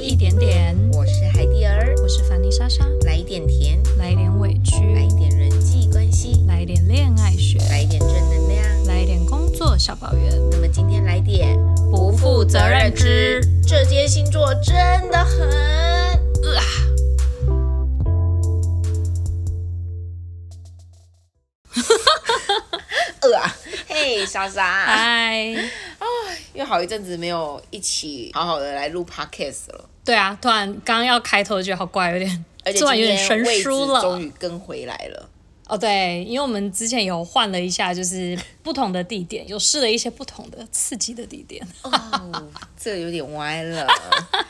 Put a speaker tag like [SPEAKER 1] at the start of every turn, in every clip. [SPEAKER 1] 一点点。
[SPEAKER 2] 我是海蒂儿，
[SPEAKER 1] 我是凡妮莎莎，
[SPEAKER 2] 来一点甜，
[SPEAKER 1] 来一点委
[SPEAKER 2] 来
[SPEAKER 1] 屈，
[SPEAKER 2] 一点人际关系，
[SPEAKER 1] 来一点恋爱学，
[SPEAKER 2] 来一点正能量。
[SPEAKER 1] 来一点工作小抱怨。
[SPEAKER 2] 那么今天来点
[SPEAKER 1] 不负责任之，
[SPEAKER 2] 这些星座真的很……呃啊，嘿，莎莎，
[SPEAKER 1] 嗨，
[SPEAKER 2] 因为好一阵子没有一起好好的来录 podcast 了，
[SPEAKER 1] 对啊，突然刚刚要开头就好怪，有点
[SPEAKER 2] 而且
[SPEAKER 1] 突
[SPEAKER 2] 今
[SPEAKER 1] 然有点
[SPEAKER 2] 天
[SPEAKER 1] 生
[SPEAKER 2] 位置
[SPEAKER 1] 疏
[SPEAKER 2] 终
[SPEAKER 1] 了。
[SPEAKER 2] 于跟回来了。
[SPEAKER 1] 哦，对，因为我们之前有换了一下，就是不同的地点，有试了一些不同的刺激的地点。
[SPEAKER 2] 哦，这有点歪了。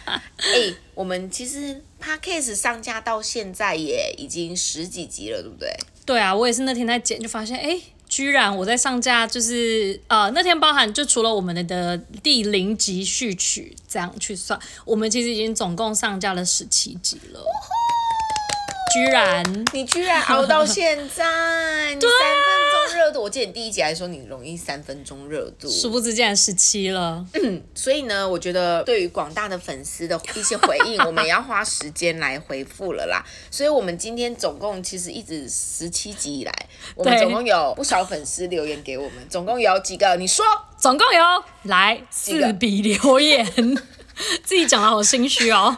[SPEAKER 2] 哎、我们其实 podcast 上架到现在也已经十几集了，对不对？
[SPEAKER 1] 对啊，我也是那天在剪，就发现哎。诶居然我在上架，就是呃那天包含就除了我们的的第零集序曲这样去算，我们其实已经总共上架了十七集了，居然
[SPEAKER 2] 你居然熬到现在，你三分钟热度，我记得你第一集还说你容易三分钟热度，
[SPEAKER 1] 殊不知竟然十七了，
[SPEAKER 2] 所以呢，我觉得对于广大的粉丝的一些回应，我们也要花时间来回复了啦。所以，我们今天总共其实一直十七集以来，我们
[SPEAKER 1] 对
[SPEAKER 2] 总共有不少粉丝留言给我们，总共有几个？你说
[SPEAKER 1] 总共有来
[SPEAKER 2] 个
[SPEAKER 1] 四笔留言，自己讲的好心虚哦。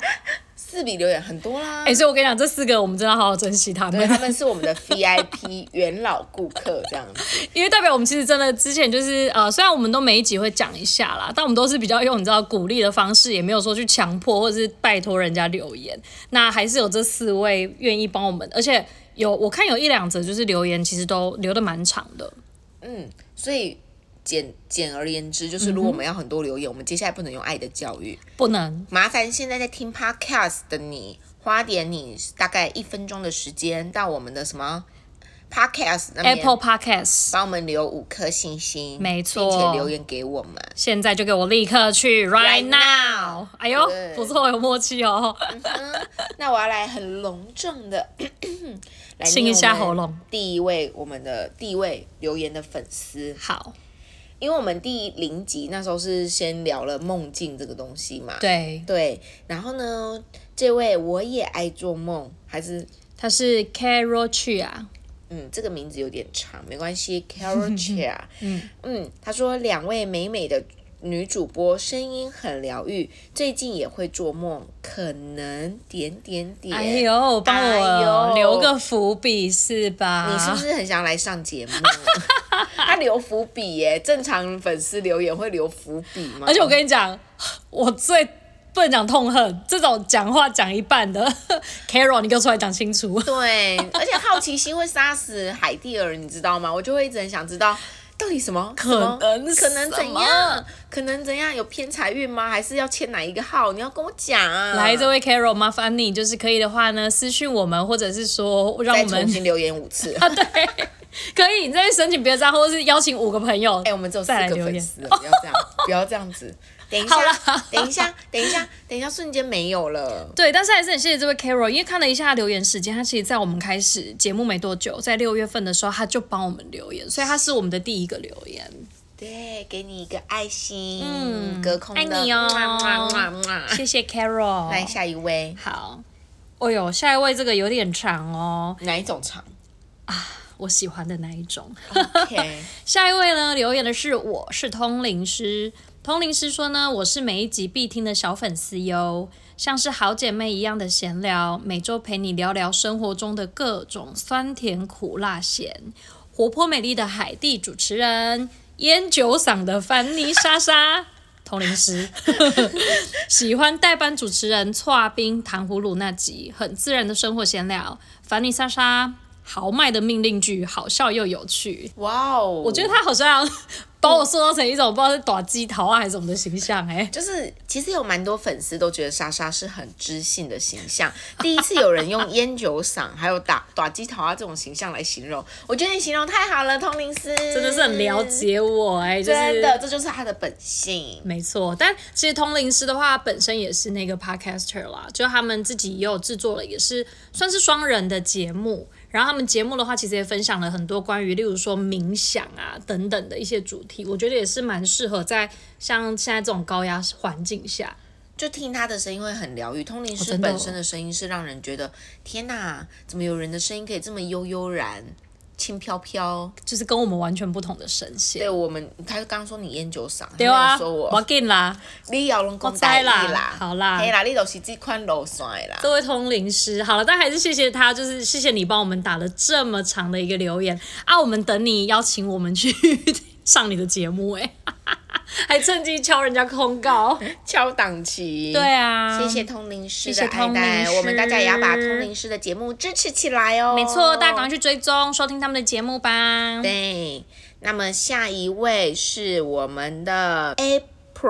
[SPEAKER 2] 四笔留言很多啦。
[SPEAKER 1] 哎、所以我跟你讲，这四个我们真的要好好珍惜他
[SPEAKER 2] 对，
[SPEAKER 1] 们，
[SPEAKER 2] 他们是我们的 VIP 元老顾客这样子。
[SPEAKER 1] 因为代表我们其实真的之前就是呃，虽然我们都每一集会讲一下啦，但我们都是比较用你知道鼓励的方式，也没有说去强迫或者是拜托人家留言。那还是有这四位愿意帮我们，而且有我看有一两则就是留言，其实都留的蛮长的。
[SPEAKER 2] 所以简简而言之，就是如果我们要很多留言，我们接下来不能用爱的教育。
[SPEAKER 1] 不能
[SPEAKER 2] 麻烦现在在听 Podcast 的你，花点你大概一分钟的时间到我们的什么 Podcast 那边
[SPEAKER 1] Apple Podcast，
[SPEAKER 2] 帮我们留五颗星星，
[SPEAKER 1] 没错
[SPEAKER 2] 并且留言给我们。
[SPEAKER 1] 现在就给我立刻去 right
[SPEAKER 2] Right
[SPEAKER 1] now！
[SPEAKER 2] now
[SPEAKER 1] 哎呦
[SPEAKER 2] 对，
[SPEAKER 1] 不错，有默契哦。
[SPEAKER 2] 嗯 那我要来很隆 重的来
[SPEAKER 1] 清
[SPEAKER 2] 念
[SPEAKER 1] 一下
[SPEAKER 2] 我们
[SPEAKER 1] 喉咙。
[SPEAKER 2] 第一位，我们的第一位留言的粉丝，
[SPEAKER 1] 好，
[SPEAKER 2] 因为我们第零集那时候是先聊了梦境这个东西嘛，
[SPEAKER 1] 对，
[SPEAKER 2] 对，然后呢，这位我也爱做梦，还是
[SPEAKER 1] 他是 Carol Chia，
[SPEAKER 2] 嗯，这个名字有点长，没关系 c a r o c h a 嗯嗯，他说两位美美的女主播声音很疗愈，最近也会做梦，可能点点点。
[SPEAKER 1] 哎呦，帮
[SPEAKER 2] 哎
[SPEAKER 1] 我
[SPEAKER 2] 呦
[SPEAKER 1] 留个伏笔是吧？
[SPEAKER 2] 你是不是很想来上 节目？他留伏笔耶，正常粉丝留言会留伏笔吗？
[SPEAKER 1] 而且我跟你讲，我最不能讲痛恨这种讲话讲一半的 Carol，你给我出来讲清楚。
[SPEAKER 2] 对，而且好奇心会杀死海蒂尔，你知道吗？我就会一直很想知道。到底什么？
[SPEAKER 1] 可能
[SPEAKER 2] 什么可能
[SPEAKER 1] 什
[SPEAKER 2] 怎
[SPEAKER 1] 么
[SPEAKER 2] 样？可能怎样？有偏财运吗？还是要签哪一个号？你要跟我讲、啊。
[SPEAKER 1] 来，这位 Carol，麻烦你就是可以的话呢，私讯我们，或者是说让
[SPEAKER 2] 再
[SPEAKER 1] 我
[SPEAKER 2] 重
[SPEAKER 1] 们
[SPEAKER 2] 新留言五次。
[SPEAKER 1] 啊， 对，可以，你再去申请别的账号，或者是邀请五个朋友。
[SPEAKER 2] 哎、我们只有四
[SPEAKER 1] 再来
[SPEAKER 2] 个
[SPEAKER 1] 留
[SPEAKER 2] 粉
[SPEAKER 1] 言
[SPEAKER 2] 丝了，不要这样，不要这样子。等一下
[SPEAKER 1] 好啦，
[SPEAKER 2] 等一下，等一下，等一下，瞬间没有了。
[SPEAKER 1] 对，但是还是很谢谢这位 Carol，因为看了一下留言时间，他其实，在我们开始节目没多久，在六月份的时候，他就帮我们留言，所以他是我们的第一个留言。
[SPEAKER 2] 对，给你一个爱心，嗯，隔空的，
[SPEAKER 1] 爱你哦
[SPEAKER 2] 嘛嘛嘛嘛
[SPEAKER 1] 谢哦谢 Carol。
[SPEAKER 2] 啊来下一位，
[SPEAKER 1] 好，哦哟，下一位这个有点长哦，
[SPEAKER 2] 哪一种 长
[SPEAKER 1] 我喜欢的那一种。
[SPEAKER 2] ？OK，
[SPEAKER 1] 下一位呢，留言的是我是通灵师。通灵师说呢，我是每一集必听的小粉丝哟，像是好姐妹一样的闲聊，每周陪你聊聊生活中的各种酸甜苦辣咸。活泼美丽的海地主持人，烟酒嗓的凡妮莎莎，通灵师。喜欢代班主持人蔡冰糖葫芦那集，很自然的生活闲聊。凡妮莎莎豪迈的命令句，好笑又有趣。
[SPEAKER 2] 哇哦，我
[SPEAKER 1] 我觉得他好像 把我塑造成一种不知道是打鸡头啊还是什么的形象哎、
[SPEAKER 2] 就是其实有蛮多粉丝都觉得莎莎是很知性的形象。第一次有人用烟酒嗓还有打打鸡头啊这种形象来形容，我觉得你形容太好了，通灵师
[SPEAKER 1] 真的是很了解我哎、就是
[SPEAKER 2] 真的，这就是他的本性。
[SPEAKER 1] 没错，但其实通灵师的话，本身也是那个 podcaster 啦，就他们自己也有制作了，也是算是双人的节目。然后他们节目的话，其实也分享了很多关于，例如说冥想啊等等的一些主题，我觉得也是蛮适合在像现在这种高压环境下
[SPEAKER 2] 就听她的声音会很疗愈。通灵
[SPEAKER 1] 哦
[SPEAKER 2] 师
[SPEAKER 1] 真的
[SPEAKER 2] 本
[SPEAKER 1] 哦
[SPEAKER 2] 身的声音是让人觉得，天哪，怎么有人的声音可以这么悠悠然、轻飘飘？
[SPEAKER 1] 就是跟我们完全不同的声线。
[SPEAKER 2] 对我们，他刚刚说你烟酒嗓，
[SPEAKER 1] 对
[SPEAKER 2] 他没有
[SPEAKER 1] 啊，
[SPEAKER 2] 说
[SPEAKER 1] 我
[SPEAKER 2] 我，
[SPEAKER 1] 紧啦，
[SPEAKER 2] 你要拢
[SPEAKER 1] 我
[SPEAKER 2] 讲
[SPEAKER 1] 知
[SPEAKER 2] 台语
[SPEAKER 1] 啦，
[SPEAKER 2] 啦，
[SPEAKER 1] 好啦
[SPEAKER 2] 嘿，啦，你就是这款路线的啦。
[SPEAKER 1] 这位通灵师，好了，但还是谢谢他，就是谢谢你帮我们打了这么长的一个留言啊，我们等你邀请我们去上你的节目、欸，哎， 还趁机敲人家通告，
[SPEAKER 2] 敲档期。
[SPEAKER 1] 对。啊，
[SPEAKER 2] 谢谢通灵
[SPEAKER 1] 谢
[SPEAKER 2] 师
[SPEAKER 1] 谢
[SPEAKER 2] 的爱
[SPEAKER 1] 通灵
[SPEAKER 2] 戴，
[SPEAKER 1] 师
[SPEAKER 2] 我们大家也要把通灵师的节目支持起来哦。
[SPEAKER 1] 没错，大家赶快去追踪收听他们的节目吧。
[SPEAKER 2] 对，那么下一位是我们的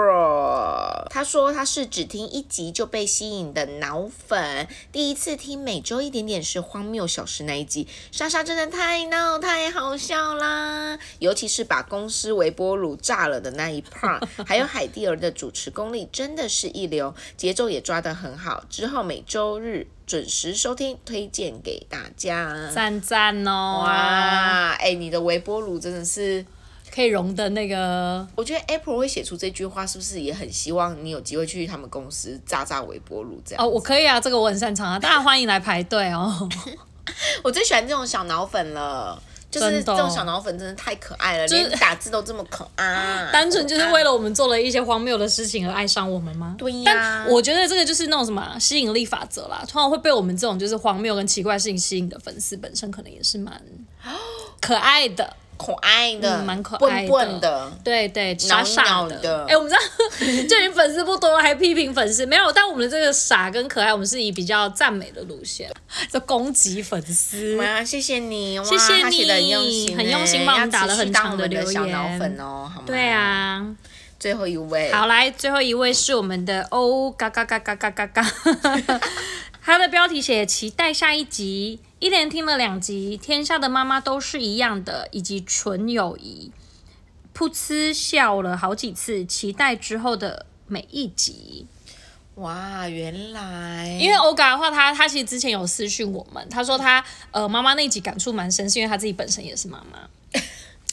[SPEAKER 2] April，他说他是只听一集就被吸引的脑粉，第一次听每周一点点是荒谬小事那一集，莎莎真的太闹太好笑啦，尤其是把公司微波炉炸了的那一 part，还有海蒂儿的主持功力真的是一流，节奏也抓得很好，之后每周日准时收听，推荐给大家。
[SPEAKER 1] 赞赞哦！哇，
[SPEAKER 2] 哇，哎、你的微波炉真的是，
[SPEAKER 1] 可以融的那个，
[SPEAKER 2] 我觉得 Apple 会写出这句话，是不是也很希望你有机会去他们公司炸炸微波炉这样？
[SPEAKER 1] 哦，我可以啊，这个我很擅长啊，大家欢迎来排队 哦。
[SPEAKER 2] 我最喜欢这种小脑粉了。就是
[SPEAKER 1] 真的
[SPEAKER 2] 这
[SPEAKER 1] 哦
[SPEAKER 2] 种小脑粉真的太可爱了，
[SPEAKER 1] 是
[SPEAKER 2] 连打字都这么可爱。
[SPEAKER 1] 单纯就是为了我们做了一些荒谬的事情而爱上我们吗？
[SPEAKER 2] 对呀
[SPEAKER 1] 但我觉得这个就是那种什么啊吸引力法则啦，通常会被我们这种就是荒谬跟奇怪的事情吸引的粉丝，本身可能也是 蛮可爱的。
[SPEAKER 2] 可爱的，
[SPEAKER 1] 嗯蛮可爱
[SPEAKER 2] 笨
[SPEAKER 1] 的
[SPEAKER 2] 笨的。
[SPEAKER 1] 对对，傻傻
[SPEAKER 2] 挠的
[SPEAKER 1] 哎、我们这样 就已经粉丝不多了，还批评粉丝，没有。但我们的这个傻跟可爱，我们是以比较赞美的路 线，就攻击粉丝。
[SPEAKER 2] 哇，谢谢你，哇
[SPEAKER 1] 谢谢你
[SPEAKER 2] 他写的很用心欸，
[SPEAKER 1] 很用心帮我们打了很长
[SPEAKER 2] 的
[SPEAKER 1] 的留言
[SPEAKER 2] 小脑粉哦，好吗？
[SPEAKER 1] 对，啊，
[SPEAKER 2] 最后一位，
[SPEAKER 1] 好来，最后一位是我们的哦，嘎嘎嘎嘎嘎嘎嘎，他的标题写期待下一集，一连听了两集，天下的妈妈都是一样的，以及纯友谊，噗嗤笑了好几次，期待之后的每一集。
[SPEAKER 2] 哇，原来
[SPEAKER 1] 因为欧嘎的话，他他其实之前有私讯我们，他说他呃妈妈那一集感触蛮深，是因为他自己本身也是妈妈，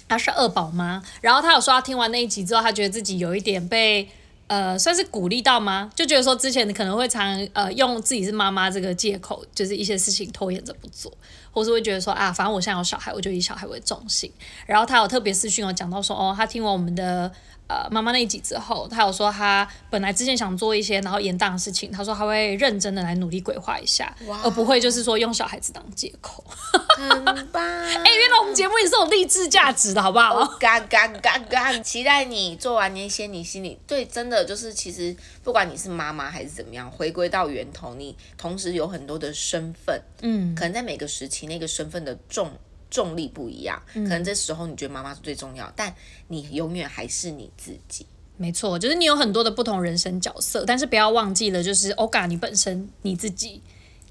[SPEAKER 1] 她是二宝妈。然后他有说他听完那一集之后，他觉得自己有一点被呃算是鼓励到吗？就觉得说之前可能会常呃用自己是妈妈这个借口，就是一些事情拖延着不做，或是会觉得说啊，反正我现在有小孩，我就以小孩为重心。然后他有特别私讯有讲到说，哦，他听完我们的呃妈妈那一集之后，他有说他本来之前想做一些然后延宕的事情，他说他会认真的来努力规划一下，而不会就是说用小孩子当借口。
[SPEAKER 2] 很 棒。
[SPEAKER 1] 哎、原来我们节目也是有励志价值的，好不好？
[SPEAKER 2] 嘎嘎嘎嘎！期待你做完那些，你心里对真的就是，其实不管你是妈妈还是怎么样，回归到源头，你同时有很多的身份，
[SPEAKER 1] 嗯，
[SPEAKER 2] 可能在每个时期那个身份的重重力不一样，可能这时候你觉得妈妈是最重要，但你永远还是你自己。
[SPEAKER 1] 没错，就是你有很多的不同人生角色，但是不要忘记了，就是 OGA 你本身你自己。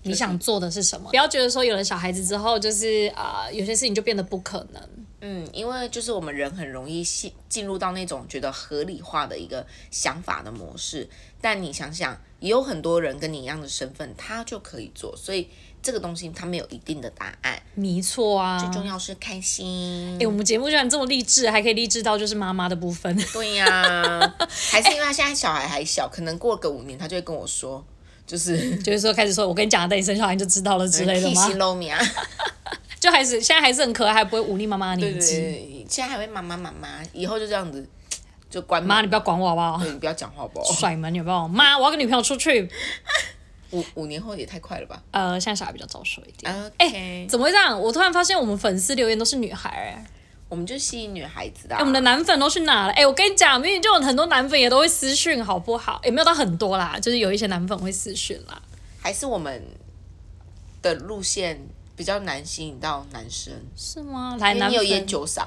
[SPEAKER 1] 你想做的是什么？不要觉得说有了小孩子之后，就是啊、有些事情就变得不可能。
[SPEAKER 2] 嗯，因为就是我们人很容易进进入到那种觉得合理化的一个想法的模式，但你想想，也有很多人跟你一样的身份，他就可以做，所以这个东西它没有一定的答案。
[SPEAKER 1] 没错啊，
[SPEAKER 2] 最重要是开心
[SPEAKER 1] 哎、。我们节目居然这么励志，还可以励志到就是妈妈的部分。
[SPEAKER 2] 对呀、还是因为他现在小孩还小，可能过个五年，他就会跟我说，就是
[SPEAKER 1] 就是说开始说，我跟你讲，等你生小孩你就知道了之类的吗
[SPEAKER 2] 心？露面啊，
[SPEAKER 1] 就还是现在还是很可爱，还不会忤逆妈妈的
[SPEAKER 2] 对
[SPEAKER 1] 年
[SPEAKER 2] 对
[SPEAKER 1] 纪。
[SPEAKER 2] 对，现在还会妈妈妈妈，以后就这样子，就关门
[SPEAKER 1] 妈，你不要管我好不好？
[SPEAKER 2] 对你不要讲话好不好？
[SPEAKER 1] 甩门有没有？妈，我要跟女朋友出去。
[SPEAKER 2] 五五年后也太快了吧
[SPEAKER 1] 呃，现在小孩比较早熟一点。
[SPEAKER 2] 啊
[SPEAKER 1] 哎
[SPEAKER 2] ？OK，、
[SPEAKER 1] 怎么会这样？我突然发现我们粉丝留言都是女孩、哎、
[SPEAKER 2] 我们就吸引女孩子的、啊
[SPEAKER 1] 哎我们的男粉都去哪了？哎、我跟你讲，明明就有很多男粉也都会私讯，好不好？也、没有到很多啦，就是有一些男粉会私讯啦。
[SPEAKER 2] 还是我们的路线比较难吸引到男生，
[SPEAKER 1] 是吗？来，
[SPEAKER 2] 因为
[SPEAKER 1] 哎男嗯
[SPEAKER 2] 你有烟
[SPEAKER 1] 粉
[SPEAKER 2] 酒嗓。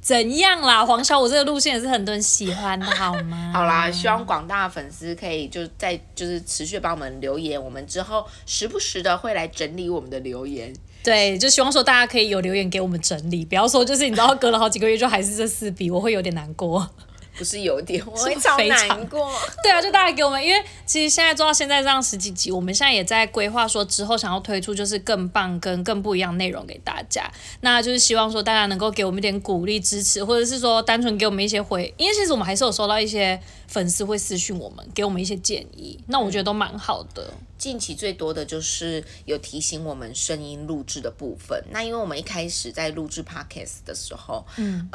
[SPEAKER 1] 怎样啦？黄小我这个路线也是很多人喜欢的，好 吗？
[SPEAKER 2] 好啦，希望广大的粉丝可以就在就是持续帮我们留言，我们之后时不时的会来整理我们的留言。
[SPEAKER 1] 对，就希望说大家可以有留言给我们整理，不要说就是你知道隔了好几个月就还是这四笔，我会有点难过。
[SPEAKER 2] 不是有点，我会
[SPEAKER 1] 是
[SPEAKER 2] 超
[SPEAKER 1] 非常
[SPEAKER 2] 难过。
[SPEAKER 1] 对啊，就大概给我们，因为其实现在做到现在这样十几集，我们现在也在规划说之后想要推出就是更棒跟更不一样内容给大家。那就是希望说大家能够给我们一点鼓励支持，或者是说单纯给我们一些回，因为其实我们还是有收到一些粉丝会私讯我们，给我们一些建议，那我觉得都蛮好的。
[SPEAKER 2] 近期最多的就是有提醒我们声音录制的部分。那因为我们一开始在录制 podcast 的时候，嗯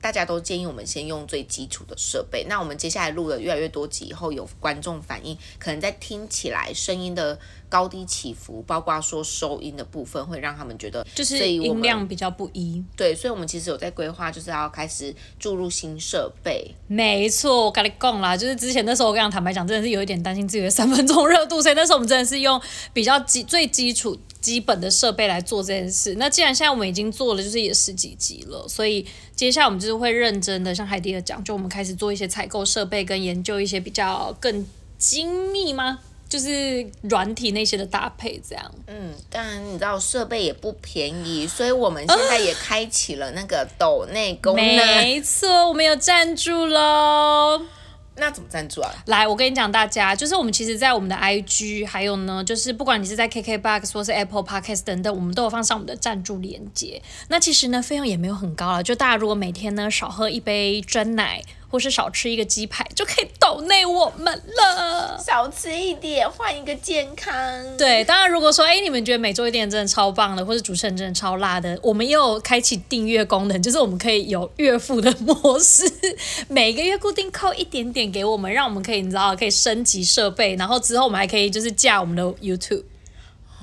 [SPEAKER 2] 大家都建议我们先用最基础的设备。那我们接下来录了越来越多集以后，有观众反映，可能在听起来声音的高低起伏，包括说收音的部分，会让他们觉得
[SPEAKER 1] 就是
[SPEAKER 2] 所以我
[SPEAKER 1] 音
[SPEAKER 2] 们
[SPEAKER 1] 量比较不一，
[SPEAKER 2] 对，所以我们其实有在规划，就是要开始注入新设备。
[SPEAKER 1] 没错，我跟你讲啦，就是之前那时候我跟你讲坦白讲，真的是有一点担心自己的三分钟热度，所以那时候我们真的是用比较基最基础基本的设备来做这件事。那既然现在我们已经做了，就是也十几集了，所以接下来我们就是会认真的，像海蒂尔讲，就我们开始做一些采购设备跟研究一些比较更精密吗？就是软体那些的搭配这样。
[SPEAKER 2] 嗯，当然你知道设备也不便宜，所以我们现在也开启了那个抖内功能。
[SPEAKER 1] 没错，我们有赞助喽。
[SPEAKER 2] 那怎么赞助啊？
[SPEAKER 1] 来，我跟你讲，大家就是我们其实，在我们的 IG，还有呢，就是不管你是在 KKBox 或是 Apple Podcast 等等，我们都有放上我们的赞助链接。那其实呢，费用也没有很高啊了，就大家如果每天呢少喝一杯真奶，或是少吃一个鸡排，就可以抖内我们了。
[SPEAKER 2] 少吃一点，换一个健康。
[SPEAKER 1] 对，当然如果说哎，你们觉得每周一点真的超棒的，或者主持人真的超辣的，我们也有开启订阅功能，就是我们可以有月付的模式，每个月固定扣一点点给我们，让我们可以你知道可以升级设备，然后之后我们还可以就是架我们的 YouTube，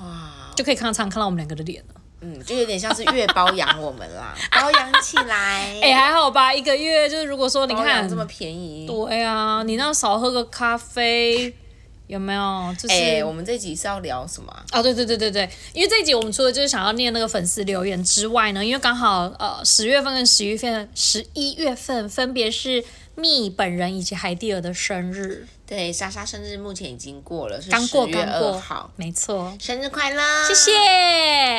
[SPEAKER 2] 哇，
[SPEAKER 1] 就可以常常看到我们两个的脸了。
[SPEAKER 2] 嗯，就有点像是月包养我们 啦，包养起来。
[SPEAKER 1] 哎、还好吧，一个月就是如果说你
[SPEAKER 2] 包养
[SPEAKER 1] 看
[SPEAKER 2] 这么便宜。
[SPEAKER 1] 对啊，你那少喝个咖啡有没有？就是、
[SPEAKER 2] 哎、我们这集是要聊什么啊？
[SPEAKER 1] 哦，对对对对对，因为这一集我们除了就是想要念那个粉丝留言之外呢，因为刚好呃十月份跟十一月份十一月份分别是蜜本人以及海蒂尔的生日，
[SPEAKER 2] 对，莎莎生日目前已经过了，是
[SPEAKER 1] 刚过
[SPEAKER 2] 10月
[SPEAKER 1] 刚
[SPEAKER 2] 2
[SPEAKER 1] 过
[SPEAKER 2] 号，，
[SPEAKER 1] 没错。
[SPEAKER 2] 生日快乐！
[SPEAKER 1] 谢。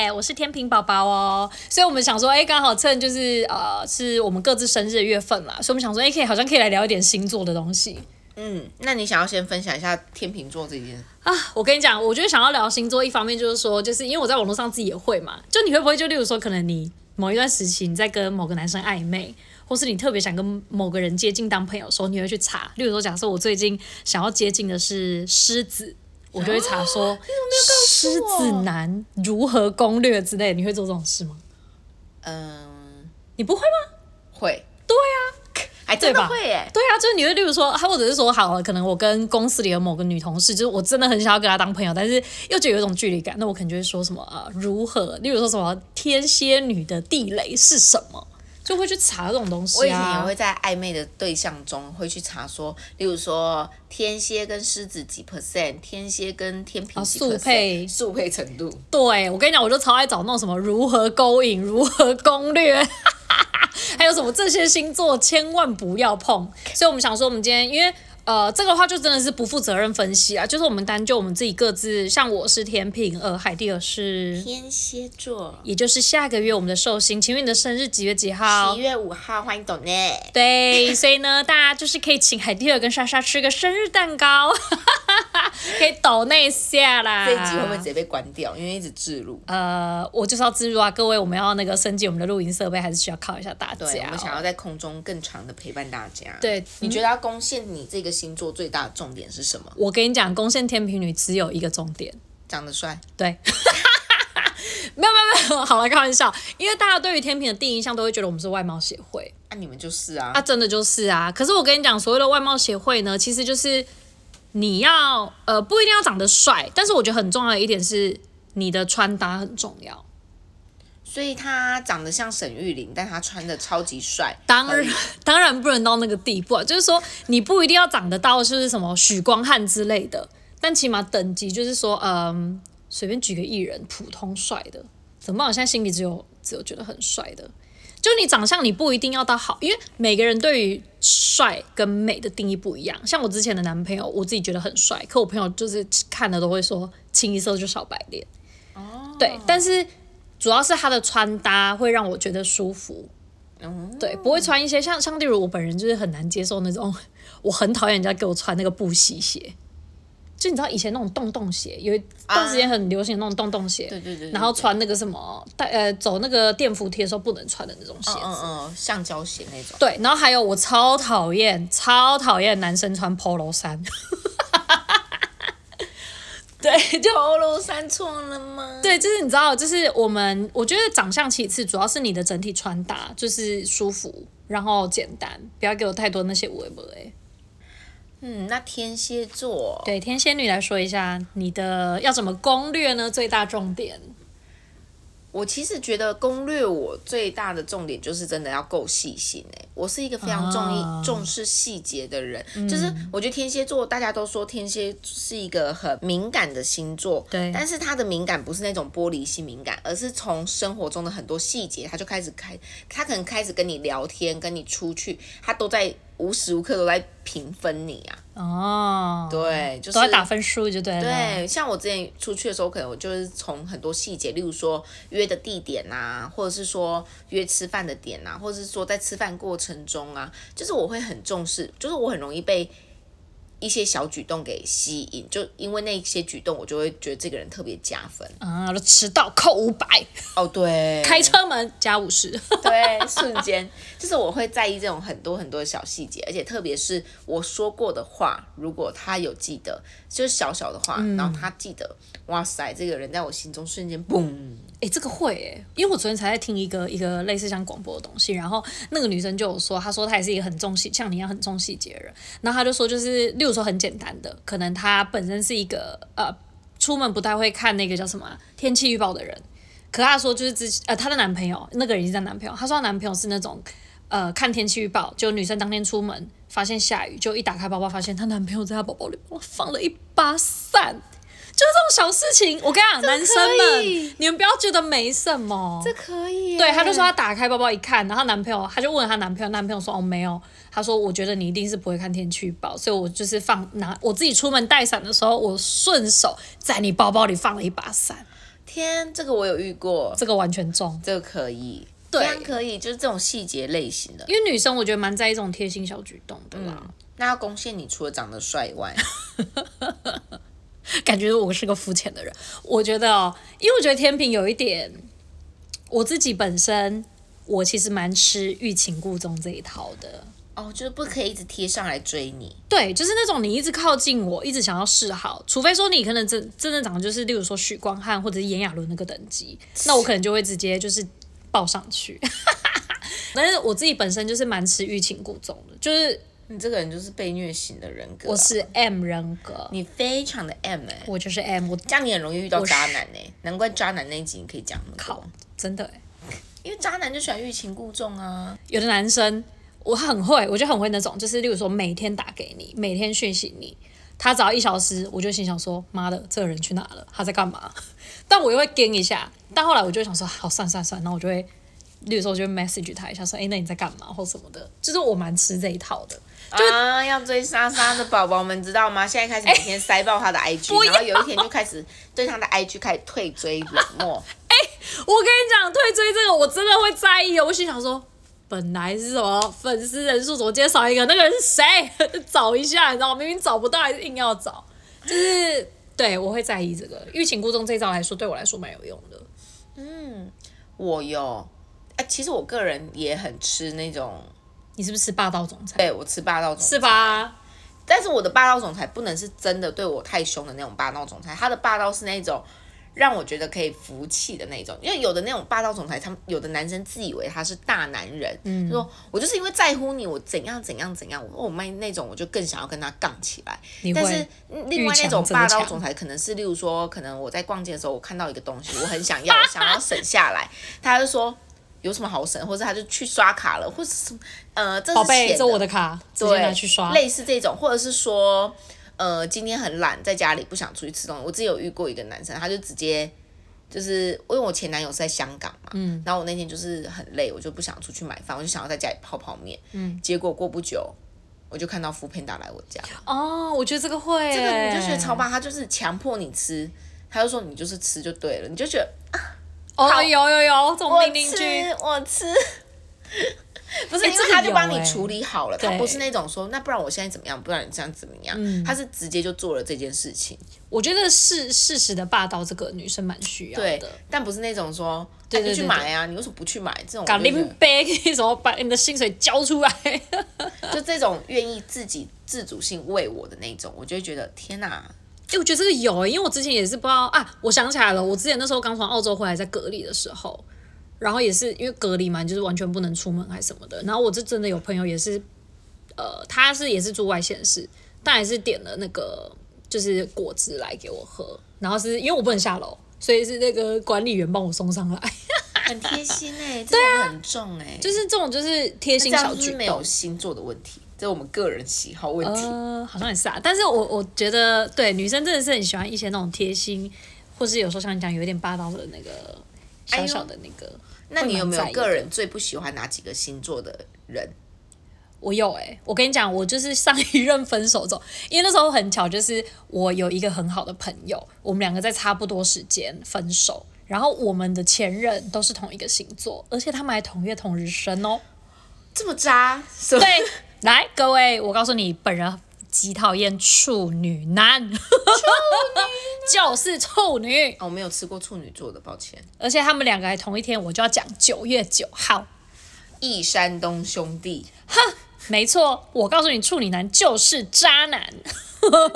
[SPEAKER 1] 谢，我是天平宝宝哦，所以我们想说，哎，刚好趁就是呃，是我们各自生日的月份啦，所以我们想说，哎，可以好像可以来聊一点星座的东西。
[SPEAKER 2] 嗯，那你想要先分享一下天秤座这件？
[SPEAKER 1] 啊，我跟你讲，我觉得想要聊星座，一方面就是说，就是因为我在网络上自己也会嘛，就你会不会就例如说，可能你某一段时期你在跟某个男生暧昧，或是你特别想跟某个人接近当朋友的时候，你会去查，例如说，假设我最近想要接近的是狮子。我就会查
[SPEAKER 2] 啊
[SPEAKER 1] 说，狮
[SPEAKER 2] 诉我
[SPEAKER 1] 子男如何攻略之类的，你会做这种事吗？
[SPEAKER 2] 嗯，
[SPEAKER 1] 你不会吗？
[SPEAKER 2] 会，
[SPEAKER 1] 对 啊，
[SPEAKER 2] 还真
[SPEAKER 1] 对
[SPEAKER 2] 的
[SPEAKER 1] 吧
[SPEAKER 2] 会耶。
[SPEAKER 1] 对啊，就是你会，例如说，或者是说，好了，可能我跟公司里的某个女同事，就是我真的很想要跟她当朋友，但是又觉得有一种距离感，那我可能就会说什么啊、呃如何？例如说什么天蝎女的地雷是什么，就会去查这种东西、啊。
[SPEAKER 2] 我以前也会在暧昧的对象中会去查说，例如说天蝎跟狮子几 percent，天蝎跟天平
[SPEAKER 1] 啊
[SPEAKER 2] 几
[SPEAKER 1] 速
[SPEAKER 2] percent，、
[SPEAKER 1] 配
[SPEAKER 2] 速配程度。
[SPEAKER 1] 对我跟你讲，我就超爱找那种什么如何勾引、如何攻略， 还有什么这些星座千万不要碰。所以我们想说，我们今天因为。呃，这个的话就真的是不负责任分析啊！就是我们单就我们自己各自，像我是天平，呃，海蒂尔是
[SPEAKER 2] 天蝎座，
[SPEAKER 1] 也就是下个月我们的寿星，请问你的生日几月几号
[SPEAKER 2] 十？月五号欢迎董内。
[SPEAKER 1] 对，所以呢，大家就是可以请海蒂尔跟莎莎吃个生日蛋糕， 可以抖那一下啦。
[SPEAKER 2] 这一集会不会直接被关掉？因为一直置入。
[SPEAKER 1] 呃，我就是要自入啊，各位，我们要那个升级我们的录音设备，还是需要靠一下大家、
[SPEAKER 2] 对，我们想
[SPEAKER 1] 哦。
[SPEAKER 2] 要在空中更长的陪伴大家。
[SPEAKER 1] 对嗯
[SPEAKER 2] 你觉得要攻陷你这个星座最大的重点是什么？
[SPEAKER 1] 我跟你讲，攻陷天平女只有一个重点，
[SPEAKER 2] 长得帅。
[SPEAKER 1] 对。 没有没有没有，好了，开玩笑，因为大家对于天平的第一印象都会觉得我们是外貌协会，
[SPEAKER 2] 那、你们就是啊，
[SPEAKER 1] 啊，真的就是啊。可是我跟你讲，所谓的外貌协会呢，其实就是你要呃不一定要长得帅，但是我觉得很重要的一点是你的穿搭很重要。
[SPEAKER 2] 所以他长得像沈玉琳，但他穿的超级帅。
[SPEAKER 1] 当
[SPEAKER 2] 可
[SPEAKER 1] 然
[SPEAKER 2] 以，
[SPEAKER 1] 当然不能到那个地步啊，就是说你不一定要长得到就是什么许光汉之类的，但起码等级就是说，嗯，随便举个艺人，普通帅的，怎么办？我现在心里只有只有觉得很帅的，就你长相你不一定要到好，因为每个人对于帅跟美的定义不一样。像我之前的男朋友，我自己觉得很帅，可我朋友就是看了都会说清一色就小白脸。哦，对，但是主要是他的穿搭会让我觉得舒服，
[SPEAKER 2] 嗯，
[SPEAKER 1] 对，不会穿一些像像例如我本人就是很难接受那种， 我很讨厌人家给我穿那个布鞋鞋，就你知道以前那种洞洞鞋，有一段时间很流行那种洞洞鞋，
[SPEAKER 2] 啊对对对对
[SPEAKER 1] 然后穿那个什么带呃走那个电扶梯的时候不能穿的那种鞋
[SPEAKER 2] 嗯
[SPEAKER 1] 子，
[SPEAKER 2] 嗯嗯，橡胶鞋那种。
[SPEAKER 1] 对，然后还有我超讨厌超讨厌男生穿 polo 衫，对， 就
[SPEAKER 2] 欧罗三错了吗？
[SPEAKER 1] 对，就是你知道，就是我们我觉得长相其次，主要是你的整体穿搭就是舒服，然后简单，不要给我太多那些微博哎。
[SPEAKER 2] 嗯，那天蝎座，
[SPEAKER 1] 对，天蝎女来说一下，你的要怎么攻略呢？最大重点，
[SPEAKER 2] 我其实觉得攻略我最大的重点就是真的要够细心哎、我是一个非常重意、
[SPEAKER 1] 啊嗯
[SPEAKER 2] 重视细节的人，就是我觉得天蝎座大家都说天蝎是一个很敏感的星座，
[SPEAKER 1] 对
[SPEAKER 2] 但是他的敏感不是那种玻璃心敏感，而是从生活中的很多细节，他就开始开，他可能开始跟你聊天，跟你出去，他都在无时无刻都在评分你啊，
[SPEAKER 1] 哦，
[SPEAKER 2] 对，就是
[SPEAKER 1] 都要打分数就对了。
[SPEAKER 2] 对，像我之前出去的时候，可能我就是从很多细节，例如说约的地点啊，或者是说约吃饭的点啊，或者是说在吃饭过程中啊，就是我会很重视，就是我很容易被一些小举动给吸引，就因为那些举动，我就会觉得这个人特别加分。
[SPEAKER 1] 啊，迟到扣五百，
[SPEAKER 2] 哦，对，
[SPEAKER 1] 开车门加五十。
[SPEAKER 2] 对，瞬间就是我会在意这种很多很多的小细节，而且特别是我说过的话，如果他有记得，就是小小的话，然后他记得，哇塞，这个人在我心中瞬间嘣，
[SPEAKER 1] 哎、这个会哎、因为我昨天才在听一个一个类似像广播的东西，然后那个女生就有说，她说她也是一个很重细，像你一样很重细节的人，然后她就说，就是例如说很简单的，可能她本身是一个呃出门不太会看那个叫什么啊天气预报的人，可她说就是之前呃她的男朋友那个人已经在男朋友，她说她男朋友是那种呃看天气预报，就女生当天出门发现下雨，就一打开包包发现她男朋友在她包包里放了一把伞。就是这种小事情，我跟你讲，男生
[SPEAKER 2] 可以
[SPEAKER 1] 们，你们不要觉得没什么。
[SPEAKER 2] 可以，
[SPEAKER 1] 对，她就说她打开包包一看，然后男朋友，她就问她男朋友，男朋友说哦没有，她说我觉得你一定是不会看天气预报，所以我就是放拿我自己出门带伞的时候，我顺手在你包包里放了一把伞，
[SPEAKER 2] 天，这个我有遇过，
[SPEAKER 1] 这个完全中。
[SPEAKER 2] 这个可以，
[SPEAKER 1] 对
[SPEAKER 2] 非常可以，就是这种细节类型的。
[SPEAKER 1] 因为女生我觉得蛮在意这种贴心小举动的啦，
[SPEAKER 2] 那要攻陷你，除了长得帅以外，
[SPEAKER 1] 感觉我是个肤浅的人。我觉得哦，因为我觉得天平有一点，我自己本身我其实蛮吃欲擒故纵这一套的。
[SPEAKER 2] 哦，就是不可以一直贴上来追你。
[SPEAKER 1] 对，就是那种你一直靠近我，一直想要示好，除非说你可能真真的长得就是，例如说许光汉或者是炎亚纶那个等级，那我可能就会直接就是抱上去。 但是我自己本身就是蛮吃欲擒故纵的，就是
[SPEAKER 2] 你这个人就是被虐型的人格啊、
[SPEAKER 1] 我是 M 人格，
[SPEAKER 2] 你非常的 M 哎、
[SPEAKER 1] 我就是 M，我
[SPEAKER 2] 这样你很容易遇到
[SPEAKER 1] 我是
[SPEAKER 2] 渣男哎、难怪渣男那一集你可以讲那么多
[SPEAKER 1] 靠，真的欸
[SPEAKER 2] 因为渣男就喜欢欲擒故纵啊。
[SPEAKER 1] 有的男生我很会，我就很会那种，就是例如说每天打给你，每天讯息你，他只要一小时，我就心想说妈的，这个人去哪了？他在干嘛？ 但我又会跟一下，但后来我就想说好算算算，然后我就会，例如说我就会 message 他一下说，哎、那你在干嘛或什么的，就是我蛮吃这一套的。
[SPEAKER 2] 啊，要追莎莎的宝宝们知道吗？现在开始每天塞爆他的 IG，、
[SPEAKER 1] 哎不要
[SPEAKER 2] 然后有一天就开始对他的 IG 开始退追冷漠。
[SPEAKER 1] 我跟你讲，退追这个我真的会在意哦，我心想说。本来是什么粉丝人数，怎么今天少一个？那个人是谁？找一下，你知道吗？明明找不到，还是硬要找。就是对我会在意这个欲擒故纵这一招来说，对我来说蛮有用的。
[SPEAKER 2] 我哟，哎、其实我个人也很吃那种，
[SPEAKER 1] 你是不是吃霸道总裁？
[SPEAKER 2] 对我吃霸道总裁，
[SPEAKER 1] 是吧？
[SPEAKER 2] 但是我的霸道总裁不能是真的对我太凶的那种霸道总裁，他的霸道是那种让我觉得可以服气的那种。因为有的那种霸道总裁，他们有的男生自以为他是大男人，嗯，说我就是因为在乎你，我怎样怎样怎样，我我卖那种我就更想要跟他杠起来。
[SPEAKER 1] 你
[SPEAKER 2] 但是
[SPEAKER 1] 会
[SPEAKER 2] 嗯另
[SPEAKER 1] 遇
[SPEAKER 2] 外那
[SPEAKER 1] 强
[SPEAKER 2] 种
[SPEAKER 1] 则
[SPEAKER 2] 霸道
[SPEAKER 1] 强
[SPEAKER 2] 总裁，可能是例如说，可能我在逛街的时候，我看到一个东西，我很想要，我想要省下来，他就说有什么好省，或者他就去刷卡了，或者是什么呃，这
[SPEAKER 1] 宝
[SPEAKER 2] 是
[SPEAKER 1] 贝，
[SPEAKER 2] 钱
[SPEAKER 1] 这我的卡，直接
[SPEAKER 2] 对，
[SPEAKER 1] 拿去刷。
[SPEAKER 2] 类似这种，或者是说，呃，今天很懒，在家里不想出去吃东西。我自己有遇过一个男生，他就直接就是因为我前男友是在香港嘛，嗯，然后我那天就是很累，我就不想出去买饭，我就想要在家里泡泡面，嗯，结果过不久。我就看到富片打来我家，
[SPEAKER 1] 哦，我觉得这个会，
[SPEAKER 2] 这个你就觉得超棒，他就是强迫你吃，他就说你就是吃就对了， 你就觉得
[SPEAKER 1] 哦，有有有，这种
[SPEAKER 2] 我
[SPEAKER 1] 命令
[SPEAKER 2] 吃
[SPEAKER 1] 句，
[SPEAKER 2] 我吃， 不是，
[SPEAKER 1] 欸
[SPEAKER 2] 因
[SPEAKER 1] 这
[SPEAKER 2] 为
[SPEAKER 1] 个
[SPEAKER 2] 他就
[SPEAKER 1] 有
[SPEAKER 2] 帮你
[SPEAKER 1] 欸
[SPEAKER 2] 处理好了，他
[SPEAKER 1] 对
[SPEAKER 2] 不是那种说，那不然我现在怎么样，不然你这样怎么样，嗯他是直接就做了这件事情。
[SPEAKER 1] 我觉得事事实的霸道，这个女生蛮需要
[SPEAKER 2] 对
[SPEAKER 1] 的。，
[SPEAKER 2] 但不是那种说，
[SPEAKER 1] 对
[SPEAKER 2] 哎
[SPEAKER 1] 对
[SPEAKER 2] 你去
[SPEAKER 1] 对
[SPEAKER 2] 买啊，你为什么不去买？这种
[SPEAKER 1] 搞
[SPEAKER 2] 我就觉
[SPEAKER 1] 林杯，你怎么把你的薪水交出来？
[SPEAKER 2] 得就这种愿意自己自主性为我的那种，我就会觉得天哪，
[SPEAKER 1] 哎、我觉得这个有、欸，因为我之前也是不知道啊，我想起来了，我之前那时候刚从澳洲回来，在隔离的时候，然后也是因为隔离嘛，你就是完全不能出门还是什么的。然后我这真的有朋友也是，呃，他是也是住外县市，但还是点了那个就是果汁来给我喝，然后是因为我不能下楼，所以是那个管理员帮我送上来，
[SPEAKER 2] 很贴心哎、 这种很重哎、
[SPEAKER 1] 就是这种就是贴
[SPEAKER 2] 那这
[SPEAKER 1] 心
[SPEAKER 2] 样
[SPEAKER 1] 小
[SPEAKER 2] 是不
[SPEAKER 1] 举
[SPEAKER 2] 是
[SPEAKER 1] 动，
[SPEAKER 2] 没有星座的问题，这是我们个人喜好问题。
[SPEAKER 1] 呃，好像也是啊，但是我我觉得对女生真的是很喜欢一些那种贴心，或是有时候像你讲有一点霸道的那个
[SPEAKER 2] 哎
[SPEAKER 1] 小
[SPEAKER 2] 呦
[SPEAKER 1] 小的那个。
[SPEAKER 2] 那你有没
[SPEAKER 1] 会蛮在
[SPEAKER 2] 有
[SPEAKER 1] 意
[SPEAKER 2] 个
[SPEAKER 1] 的
[SPEAKER 2] 人最不喜欢哪几个星座的人？
[SPEAKER 1] 我有哎、我跟你讲，我就是上一任分手之后，因为那时候很巧，就是我有一个很好的朋友，我们两个在差不多时间分手，然后我们的前任都是同一个星座，而且他们还同月同日生哦。
[SPEAKER 2] 这么渣？对
[SPEAKER 1] 对，来各位，我告诉你，本人极讨厌处女男，处女就是处女。
[SPEAKER 2] 哦，我没有吃过处女座的，抱歉。
[SPEAKER 1] 而且他们两个还同一天，我就要讲九月九号。
[SPEAKER 2] 一山东兄弟，
[SPEAKER 1] 没错，我告诉你，处女男就是渣男，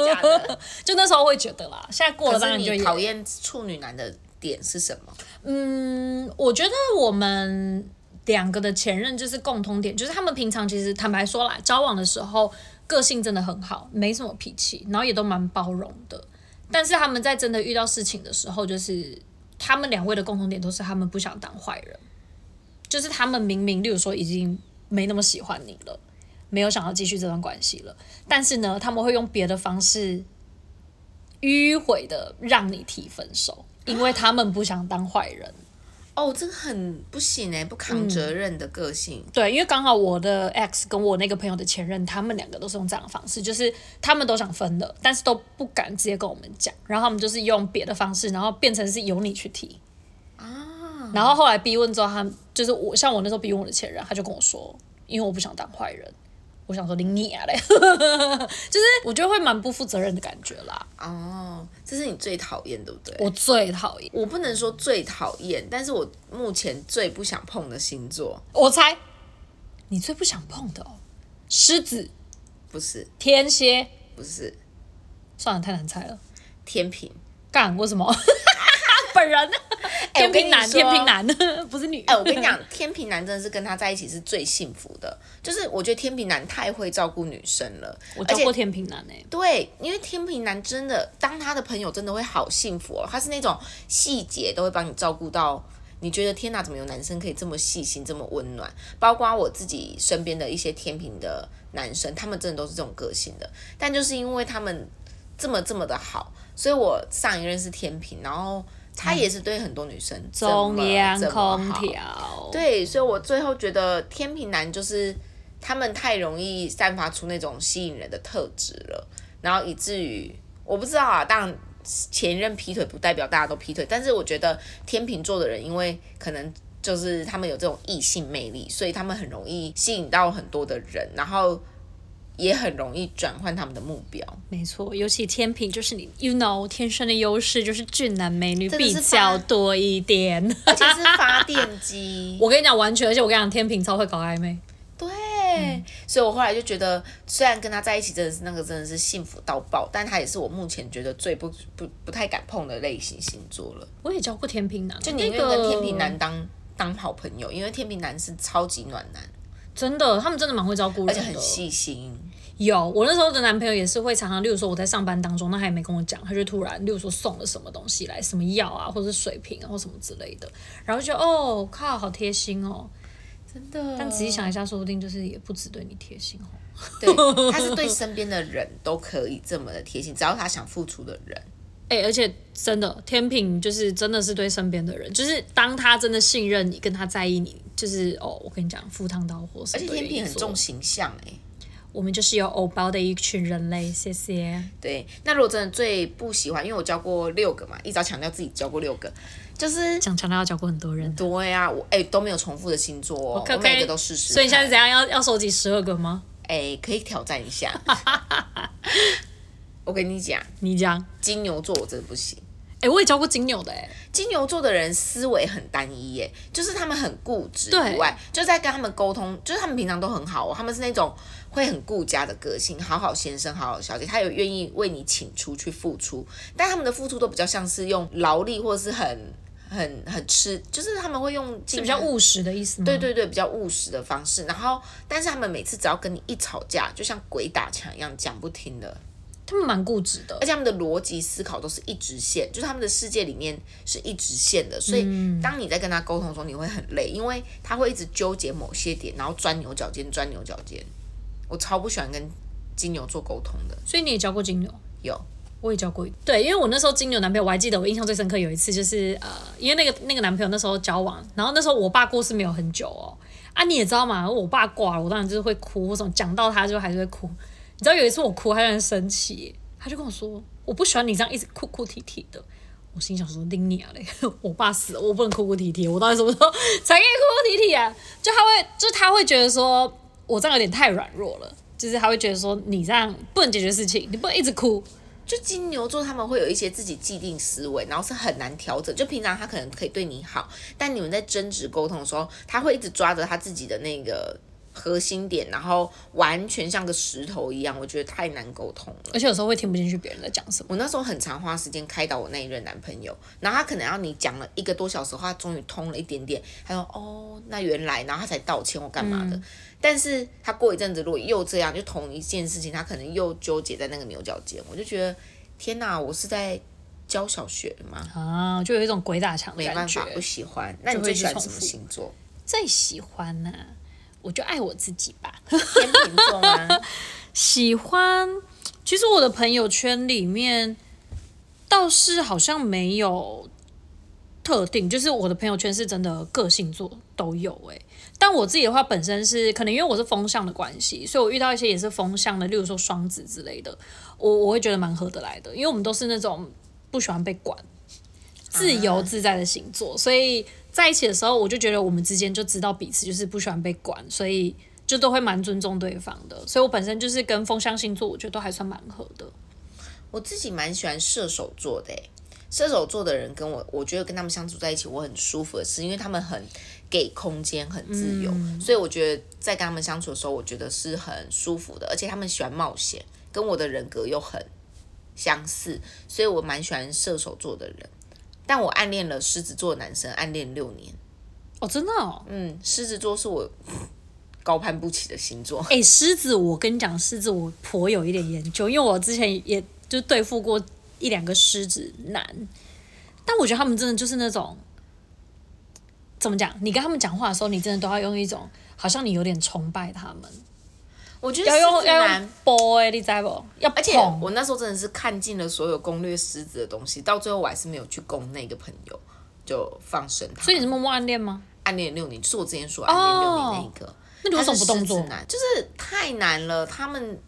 [SPEAKER 2] 假的。
[SPEAKER 1] 就那时候会觉得啦，现在过了
[SPEAKER 2] 可
[SPEAKER 1] 当
[SPEAKER 2] 是
[SPEAKER 1] 然就
[SPEAKER 2] 你
[SPEAKER 1] 也
[SPEAKER 2] 讨厌处女男的点是什么？
[SPEAKER 1] 嗯，我觉得我们两个的前任就是共通点，就是他们平常其实坦白说啦，交往的时候个性真的很好，没什么脾气，然后也都蛮包容的。但是他们在真的遇到事情的时候，就是他们两位的共同点都是他们不想当坏人，就是他们明明，例如说已经没那么喜欢你了，没有想要继续这段关系了，但是呢，他们会用别的方式迂回的让你提分手，因为他们不想当坏人。
[SPEAKER 2] 哦，这个很不行哎、不扛责任的个性。
[SPEAKER 1] 对，因为刚好我的 ex 跟我那个朋友的前任，他们两个都是用这样的方式，就是他们都想分了，但是都不敢直接跟我们讲，然后他们就是用别的方式，然后变成是由你去提。啊。然后后来逼问之后，他就是我，像我那时候逼问我的前任，他就跟我说，因为我不想当坏人，我想说你你啊嘞， 就是我觉得会蛮不负责任的感觉啦，
[SPEAKER 2] 哦，这是你最讨厌，对不对？
[SPEAKER 1] 我最讨厌。
[SPEAKER 2] 我不能说最讨厌，但是我目前最不想碰的星座
[SPEAKER 1] 我猜你最不想碰的哦，狮子、
[SPEAKER 2] 不是
[SPEAKER 1] 天蝎，
[SPEAKER 2] 不是
[SPEAKER 1] 算了，太难猜了。
[SPEAKER 2] 天平。
[SPEAKER 1] 干为什么？ 本人天平男，
[SPEAKER 2] 哎
[SPEAKER 1] 天
[SPEAKER 2] 我跟你说
[SPEAKER 1] 平男 不是女。
[SPEAKER 2] 哎、我跟你讲，天平男真的是跟他在一起是最幸福的，就是我觉得天平男太会照顾女生了，
[SPEAKER 1] 我
[SPEAKER 2] 而
[SPEAKER 1] 交
[SPEAKER 2] 且
[SPEAKER 1] 过天平男哎、
[SPEAKER 2] 对，因为天平男真的当他的朋友真的会好幸福哦，他是那种细节都会帮你照顾到。你觉得天哪，怎么有男生可以这么细心、这么温暖？包括我自己身边的一些天平的男生，他们真的都是这种个性的。但就是因为他们这么这么的好，所以我上一任是天平，然后他也是对很多女生这么
[SPEAKER 1] 中央
[SPEAKER 2] 这么好
[SPEAKER 1] 空调。
[SPEAKER 2] 对，所以我最后觉得天平男就是他们太容易散发出那种吸引人的特质了，然后以至于我不知道啊，当然前任劈腿不代表大家都劈腿，但是我觉得天秤座的人，因为可能就是他们有这种异性魅力，所以他们很容易吸引到很多的人，然后也很容易转换他们的目标。
[SPEAKER 1] 没错，尤其天平就是你，you know，天生的优势就是俊男美女
[SPEAKER 2] 真的
[SPEAKER 1] 比
[SPEAKER 2] 是
[SPEAKER 1] 较多一点。
[SPEAKER 2] 而且是发电机，
[SPEAKER 1] 我跟你讲，完全，而且我跟你讲，天平超会搞暧昧。
[SPEAKER 2] 对，
[SPEAKER 1] 嗯
[SPEAKER 2] 所以我后来就觉得，虽然跟他在一起真的是那个真的是幸福到爆，但他也是我目前觉得最不不不太敢碰的类型星座了。
[SPEAKER 1] 我也交过天平男，欸
[SPEAKER 2] 就宁
[SPEAKER 1] 那
[SPEAKER 2] 愿跟
[SPEAKER 1] 个
[SPEAKER 2] 天平男当当好朋友，因为天平男是超级暖男，
[SPEAKER 1] 真的，他们真的蛮会照顾人
[SPEAKER 2] 而
[SPEAKER 1] 的，
[SPEAKER 2] 且很 细心。
[SPEAKER 1] 有，我那时候的男朋友也是会常常，例如说我在上班当中，那他也没跟我讲，他就突然，例如说送了什么东西来，什么药啊，或者是水瓶啊，或什么之类的，然后就觉得哦靠，好贴心哦。
[SPEAKER 2] 真的，
[SPEAKER 1] 但仔细想一下，说不定就是也不只对你贴心哦。
[SPEAKER 2] 对，他是对身边的人都可以这么的贴心，只要他想付出的人。
[SPEAKER 1] 哎、而且真的天平就是真的是对身边的人，就是当他真的信任你，跟他在意你，就是哦，我跟你讲，赴汤蹈火什
[SPEAKER 2] 而
[SPEAKER 1] 么
[SPEAKER 2] 且
[SPEAKER 1] 都愿
[SPEAKER 2] 天
[SPEAKER 1] 意做。
[SPEAKER 2] 平很重形象哎、
[SPEAKER 1] 我们就是有偶包的一群人类。谢谢。
[SPEAKER 2] 对，那如果真的最不喜欢，因为我教过六个嘛，一直要强调自己教过六个，就是
[SPEAKER 1] 想强调要教过很多人，
[SPEAKER 2] 对呀、我哎、都没有重复的星座哦，
[SPEAKER 1] 可
[SPEAKER 2] 我
[SPEAKER 1] 不可以
[SPEAKER 2] 每个都试试看。
[SPEAKER 1] 所以你现在怎样要要收集十二个吗？
[SPEAKER 2] 哎、可以挑战一下。我跟你讲，
[SPEAKER 1] 你讲。
[SPEAKER 2] 金牛座我真的不行。
[SPEAKER 1] 哎、我也教过金牛的哎、
[SPEAKER 2] 金牛座的人思维很单一耶，就是他们很固执
[SPEAKER 1] 对
[SPEAKER 2] 以外，就在跟他们沟通，就是他们平常都很好哦，他们是那种会很顾家的个性，好好先生，好好小姐，他有愿意为你请出去付出，但他们的付出都比较像是用劳力或者是很很很吃，就是他们会用
[SPEAKER 1] 是
[SPEAKER 2] 尽
[SPEAKER 1] 比较
[SPEAKER 2] 他
[SPEAKER 1] 务实的意思吗？
[SPEAKER 2] 对对对，比较务实的方式。然后，但是他们每次只要跟你一吵架，就像鬼打墙一样，讲不听的。
[SPEAKER 1] 他们蛮固执的
[SPEAKER 2] 而。且他们的逻辑思考都是一直线，就是他们的世界里面是一直线的。所以，当你在跟他沟通的时候，你会很累，因为他会一直纠结某些点，然后钻牛角尖，钻牛角尖。我超不喜欢跟金牛座沟通的。
[SPEAKER 1] 所以你也教过金牛？
[SPEAKER 2] 有，
[SPEAKER 1] 我也教过。对，因为我那时候金牛男朋友，我还记得我印象最深刻有一次，就是呃，因为那个那个男朋友那时候交往，然后那时候我爸过世没有很久哦。啊，你也知道嘛，我爸挂了，我当然就是会哭，或者讲到他就还是会哭。你知道有一次我哭，他就很生气，他就跟我说：“我不喜欢你这样一直哭哭啼啼的。”我心想说：“拎你啊嘞！ 我爸死了，我不能哭哭啼啼，我到底什么时候 才可以哭哭啼啼啊？”就他会，就他会觉得说我这样有点太软弱了，就是他会觉得说你这样不能解决事情，你不能一直哭。
[SPEAKER 2] 就金牛座他们会有一些自己既定思维，然后是很难调整。就平常他可能可以对你好，但你们在争执沟通的时候，他会一直抓着他自己的那个核心点，然后完全像个石头一样，我觉得太难沟通了。
[SPEAKER 1] 而且有时候会听不进去别人在讲什么。
[SPEAKER 2] 我那时候很常花时间开导我那一任男朋友，然后他可能要你讲了一个多小时后，他终于通了一点点，他说哦，那原来，然后他才道歉或干嘛
[SPEAKER 1] 嗯
[SPEAKER 2] 的。但是他过一阵子如果又这样，就同一件事情，他可能又纠结在那个牛角尖，我就觉得天哪，我是在教小学吗？
[SPEAKER 1] 啊，就有一种鬼打墙的
[SPEAKER 2] 没
[SPEAKER 1] 感
[SPEAKER 2] 办
[SPEAKER 1] 觉
[SPEAKER 2] 法，。不喜欢。那你
[SPEAKER 1] 就会
[SPEAKER 2] 最
[SPEAKER 1] 一直
[SPEAKER 2] 喜欢
[SPEAKER 1] 重
[SPEAKER 2] 什么
[SPEAKER 1] 复
[SPEAKER 2] 星座？
[SPEAKER 1] 最喜欢呢、我就爱我自己吧。
[SPEAKER 2] 天秤座吗？
[SPEAKER 1] 喜欢，其实我的朋友圈里面倒是好像没有特定，就是我的朋友圈是真的个性座都有诶、但我自己的话，本身是可能因为我是风向的关系，所以我遇到一些也是风向的，例如说双子之类的，我我会觉得蛮合得来的，因为我们都是那种不喜欢被管、自由自在的星座，所以在一起的时候，我就觉得我们之间就知道彼此就是不喜欢被管，所以就都会蛮尊重对方的。所以我本身就是跟风象星座，我觉得都还算蛮合的。
[SPEAKER 2] 我自己蛮喜欢射手座的欸，射手座的人跟我，我觉得跟他们相处在一起，我很舒服的是，因为他们很给空间，很自由，
[SPEAKER 1] 嗯
[SPEAKER 2] 所以我觉得在跟他们相处的时候，我觉得是很舒服的，而且他们喜欢冒险，跟我的人格又很相似，所以我蛮喜欢射手座的人。但我暗恋了狮子座的男生，暗恋六年。
[SPEAKER 1] 哦，真的哦。
[SPEAKER 2] 嗯，狮子座是我 高攀不起的星座。
[SPEAKER 1] 哎、狮子，我跟你讲，狮子我颇有一点研究，因为我之前也就对付过一两个狮子男，但我觉得他们真的就是那种，怎么讲？你跟他们讲话的时候，你真的都要用一种好像你有点崇拜他们，
[SPEAKER 2] 我觉得
[SPEAKER 1] 要
[SPEAKER 2] 狮
[SPEAKER 1] 用
[SPEAKER 2] 子
[SPEAKER 1] 要
[SPEAKER 2] 男
[SPEAKER 1] 用 boy，你知道不？要
[SPEAKER 2] 而且
[SPEAKER 1] 捧
[SPEAKER 2] 我那时候真的是看尽了所有攻略狮子的东西，到最后我还是没有去攻那个朋友，就放生他。
[SPEAKER 1] 所以你是默默暗恋吗？
[SPEAKER 2] 暗恋六年，就是我之前说暗恋六年那一个，
[SPEAKER 1] 那哦你为什么不动
[SPEAKER 2] 他是
[SPEAKER 1] 作
[SPEAKER 2] 狮子？男就是太难了，他们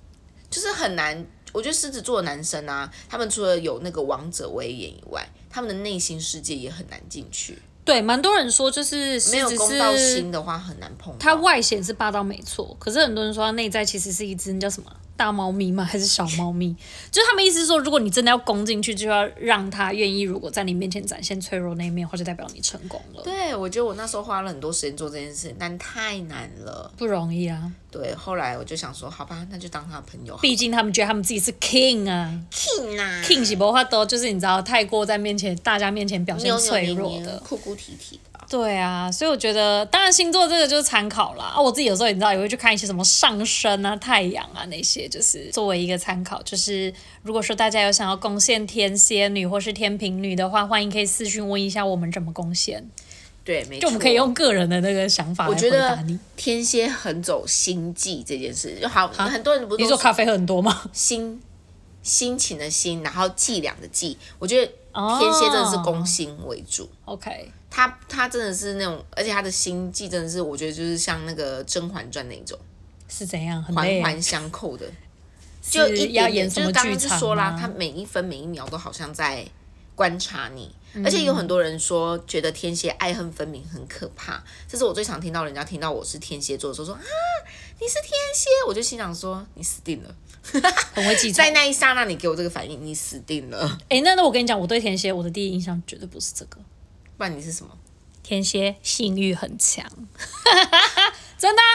[SPEAKER 2] 就是很难。我觉得狮子座的男生啊，他们除了有那个王者威严以外，他们的内心世界也很难进去。
[SPEAKER 1] 对，蛮多人说就是
[SPEAKER 2] 没
[SPEAKER 1] 狮
[SPEAKER 2] 有
[SPEAKER 1] 子
[SPEAKER 2] 攻到
[SPEAKER 1] 是
[SPEAKER 2] 心的话，很难碰到。
[SPEAKER 1] 它外显是霸道没错，可是很多人说它内在其实是一只那叫什么大猫咪吗？还是小猫咪？就是他们意思是说，如果你真的要攻进去，就要让它愿意，如果在你面前展现脆弱那一面，或者代表你成功了，
[SPEAKER 2] 对，我觉得我那时候花了很多时间做这件事，但太难了。
[SPEAKER 1] 不容易啊。
[SPEAKER 2] 对，后来我就想说，好吧，那就当他的朋友好了。
[SPEAKER 1] 毕竟他们觉得他们自己是 king 啊
[SPEAKER 2] king 啊
[SPEAKER 1] ，king 是不话多，就是你知道太过在面前大家面前表现
[SPEAKER 2] 扭扭
[SPEAKER 1] 脆
[SPEAKER 2] 捏
[SPEAKER 1] 弱
[SPEAKER 2] 捏
[SPEAKER 1] 的。
[SPEAKER 2] 哭哭啼啼的。
[SPEAKER 1] 对啊，所以我觉得，当然星座这个就是参考啦。啊，我自己有时候也知道也会去看一些什么上升啊、太阳啊那些，就是作为一个参考。就是如果说大家有想要攻陷天蝎女或是天平女的话，欢迎可以私讯问一下我们怎么攻陷，
[SPEAKER 2] 对，没错。
[SPEAKER 1] 就我们可以用个人的那个想法
[SPEAKER 2] 我
[SPEAKER 1] 来回
[SPEAKER 2] 觉
[SPEAKER 1] 答
[SPEAKER 2] 得
[SPEAKER 1] 你。
[SPEAKER 2] 天蝎很走心计这件事，就好很多人不
[SPEAKER 1] 你
[SPEAKER 2] 是
[SPEAKER 1] 说
[SPEAKER 2] 都
[SPEAKER 1] 咖啡喝很多吗？
[SPEAKER 2] 心心情的心，然后伎俩的伎。我觉得
[SPEAKER 1] 哦
[SPEAKER 2] 天蝎真的是攻心为主。
[SPEAKER 1] OK，
[SPEAKER 2] 他他真的是那种，而且他的心计真的是，我觉得就是像那个《甄嬛传》那种，
[SPEAKER 1] 是怎样？很累
[SPEAKER 2] 环
[SPEAKER 1] 啊、
[SPEAKER 2] 环相扣的，
[SPEAKER 1] 是
[SPEAKER 2] 就一
[SPEAKER 1] 要
[SPEAKER 2] 点
[SPEAKER 1] 演
[SPEAKER 2] 点，
[SPEAKER 1] 什
[SPEAKER 2] 就
[SPEAKER 1] 么
[SPEAKER 2] 是刚
[SPEAKER 1] 剧
[SPEAKER 2] 刚就
[SPEAKER 1] 场啊
[SPEAKER 2] 说啦
[SPEAKER 1] 吗，
[SPEAKER 2] 他每一分每一秒都好像在观察你，
[SPEAKER 1] 嗯
[SPEAKER 2] 而且有很多人说觉得天蝎爱恨分明很可怕，这是我最常听到人家听到我是天蝎座的时候说啊你是天蝎，我就心想说你死定了，
[SPEAKER 1] 很会记仇。
[SPEAKER 2] 在那一刹那你给我这个反应，你死定了，
[SPEAKER 1] 哎、那那我跟你讲，我对天蝎我的第一印象绝对不是这个。
[SPEAKER 2] 不然你是什么？
[SPEAKER 1] 天蝎性欲很强， 真的啊、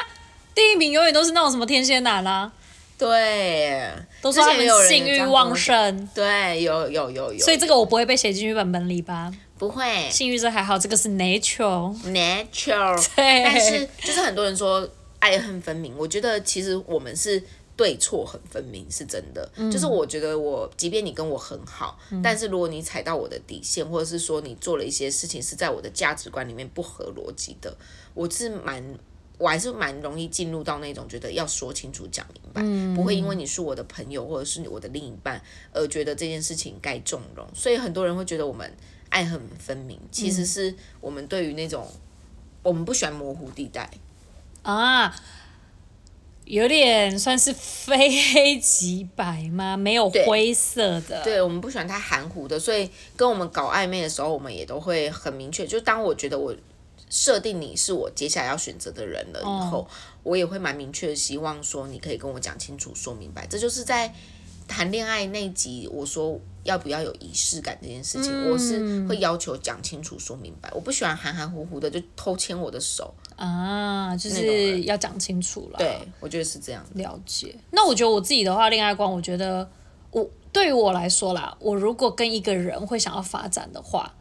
[SPEAKER 1] 第一名永远都是那种什么天蝎男啦、
[SPEAKER 2] 对，
[SPEAKER 1] 都
[SPEAKER 2] 之
[SPEAKER 1] 说他
[SPEAKER 2] 前有
[SPEAKER 1] 们
[SPEAKER 2] 人
[SPEAKER 1] 性
[SPEAKER 2] 也这
[SPEAKER 1] 欲
[SPEAKER 2] 样跟
[SPEAKER 1] 旺
[SPEAKER 2] 我讲，
[SPEAKER 1] 盛，
[SPEAKER 2] 对，有有有有，
[SPEAKER 1] 所以这个我不会被写进去本本里吧？
[SPEAKER 2] 不会
[SPEAKER 1] 性欲这还好，这个是 nature。
[SPEAKER 2] natural，
[SPEAKER 1] 对
[SPEAKER 2] 但是就是很多人说爱恨分明，我觉得其实我们是对错很分明，是真的。就是我觉得我，即便你跟我很好，但是如果你踩到我的底线，或者是说你做了一些事情是在我的价值观里面不合逻辑的，我是蛮。我还是蛮容易进入到那种觉得要说清楚、讲明白，不会因为你是我的朋友或者是我的另一半而觉得这件事情该纵容。所以很多人会觉得我们爱恨分明，其实是我们对于那种我们不喜欢模糊地带，
[SPEAKER 1] 嗯啊，有点算是非黑即白吗？没有
[SPEAKER 2] 对
[SPEAKER 1] 灰色的。
[SPEAKER 2] 对我们不喜欢太含糊的，所以跟我们搞暧昧的时候，我们也都会很明确。就当我觉得我设定你是我接下来要选择的人了以
[SPEAKER 1] 哦
[SPEAKER 2] 后，我也会蛮明确的，希望说你可以跟我讲清楚、说明白。这就是在谈恋爱那一集我说要不要有仪式感这件事情，
[SPEAKER 1] 嗯
[SPEAKER 2] 我是会要求讲清楚、说明白。我不喜欢含含糊糊的就偷牵我的手，
[SPEAKER 1] 啊，就
[SPEAKER 2] 那种
[SPEAKER 1] 是
[SPEAKER 2] 人
[SPEAKER 1] 要讲清楚了。
[SPEAKER 2] 对我觉得是这样。
[SPEAKER 1] 了解。那我觉得我自己的话，恋爱观，我觉得我对于我来说啦，我如果跟一个人会想要发展的话，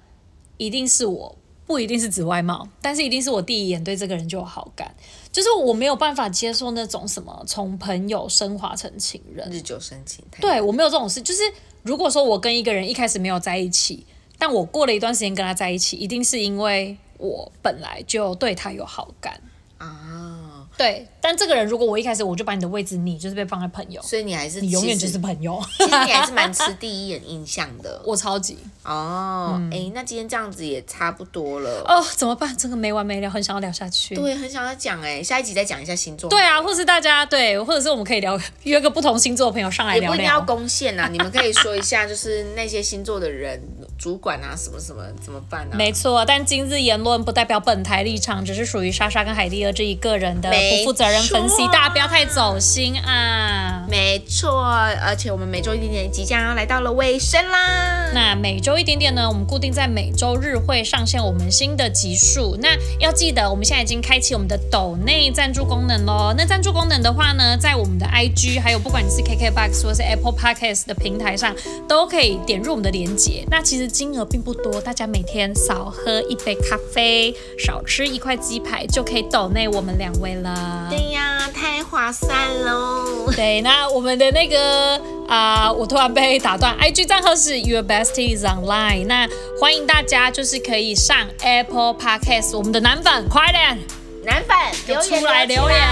[SPEAKER 1] 一定是我不一定是指外貌，但是一定是我第一眼对这个人就有好感，就是我没有办法接受那种什么从朋友升华成情人，
[SPEAKER 2] 日久生情，太
[SPEAKER 1] 对我没有这种事，就是如果说我跟一个人一开始没有在一起，但我过了一段时间跟他在一起，一定是因为我本来就对他有好感。
[SPEAKER 2] 啊，
[SPEAKER 1] 对，但这个人如果我一开始我就把你的位置，你就是被放在朋友，
[SPEAKER 2] 所以你还是
[SPEAKER 1] 你永远就
[SPEAKER 2] 其实
[SPEAKER 1] 是朋友。
[SPEAKER 2] 其实你还是蛮吃第一眼印象的
[SPEAKER 1] 我超级
[SPEAKER 2] 哦。哎、那今天这样子也差不多了。
[SPEAKER 1] 哦，怎么办？这个没完没了，很想要聊下去。
[SPEAKER 2] 对，啊很想要讲哎、下一集再讲一下星座。
[SPEAKER 1] 对啊，或是大家对，或者是我们可以聊约个不同星座的朋友上来
[SPEAKER 2] 也
[SPEAKER 1] 聊
[SPEAKER 2] 不一定要
[SPEAKER 1] 聊。
[SPEAKER 2] 攻陷呐、啊，你 们可以说一下，就是那些星座的人、主管啊，什么什么怎么办啊？
[SPEAKER 1] 没错，但今日言论不代表本台立场，只是属于莎莎跟海蒂儿这一个人的不负责任分析，
[SPEAKER 2] 没错
[SPEAKER 1] 大家不要太走心啊。
[SPEAKER 2] 没错，而且我们每周一点点即将要来到了尾声啦。
[SPEAKER 1] 那每周一点点呢，我们固定在每周日会上线我们新的集数。那要记得，我们现在已经开启我们的抖内赞助功能喽。那赞助功能的话呢，在我们的 IG，还有不管你是 KKBox 或是 Apple Podcast 的平台上，都可以点入我们的连接。那其实金额并不多，大家每天少喝一杯咖啡，少吃一块鸡排，就可以抖内我们两位了。
[SPEAKER 2] 对呀、太划算喽。
[SPEAKER 1] 对，那我们的那个啊、我突然被打断。IG 账号是 Your Besties Online，那欢迎大家就是可以上 Apple Podcast，我们的男粉快点
[SPEAKER 2] 男粉留言
[SPEAKER 1] 出来留言。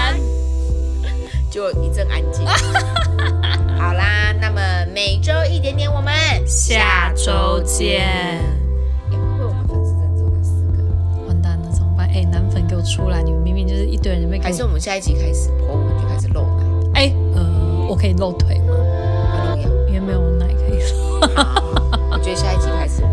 [SPEAKER 2] 就一阵安 静。好啦，那么每周一点点，我们
[SPEAKER 1] 下周见
[SPEAKER 2] 诶。会不会我们粉丝真的只有那四个？
[SPEAKER 1] 完蛋了，怎么办？哎、男粉给我出来！你们明明就是一堆人被
[SPEAKER 2] 还是我们下一集开始剖文就开始露奶，
[SPEAKER 1] 哎、呃，我可以露腿吗？
[SPEAKER 2] 啊露腰？
[SPEAKER 1] 因为没有奶可以露。
[SPEAKER 2] 好好好我觉得下一集开始我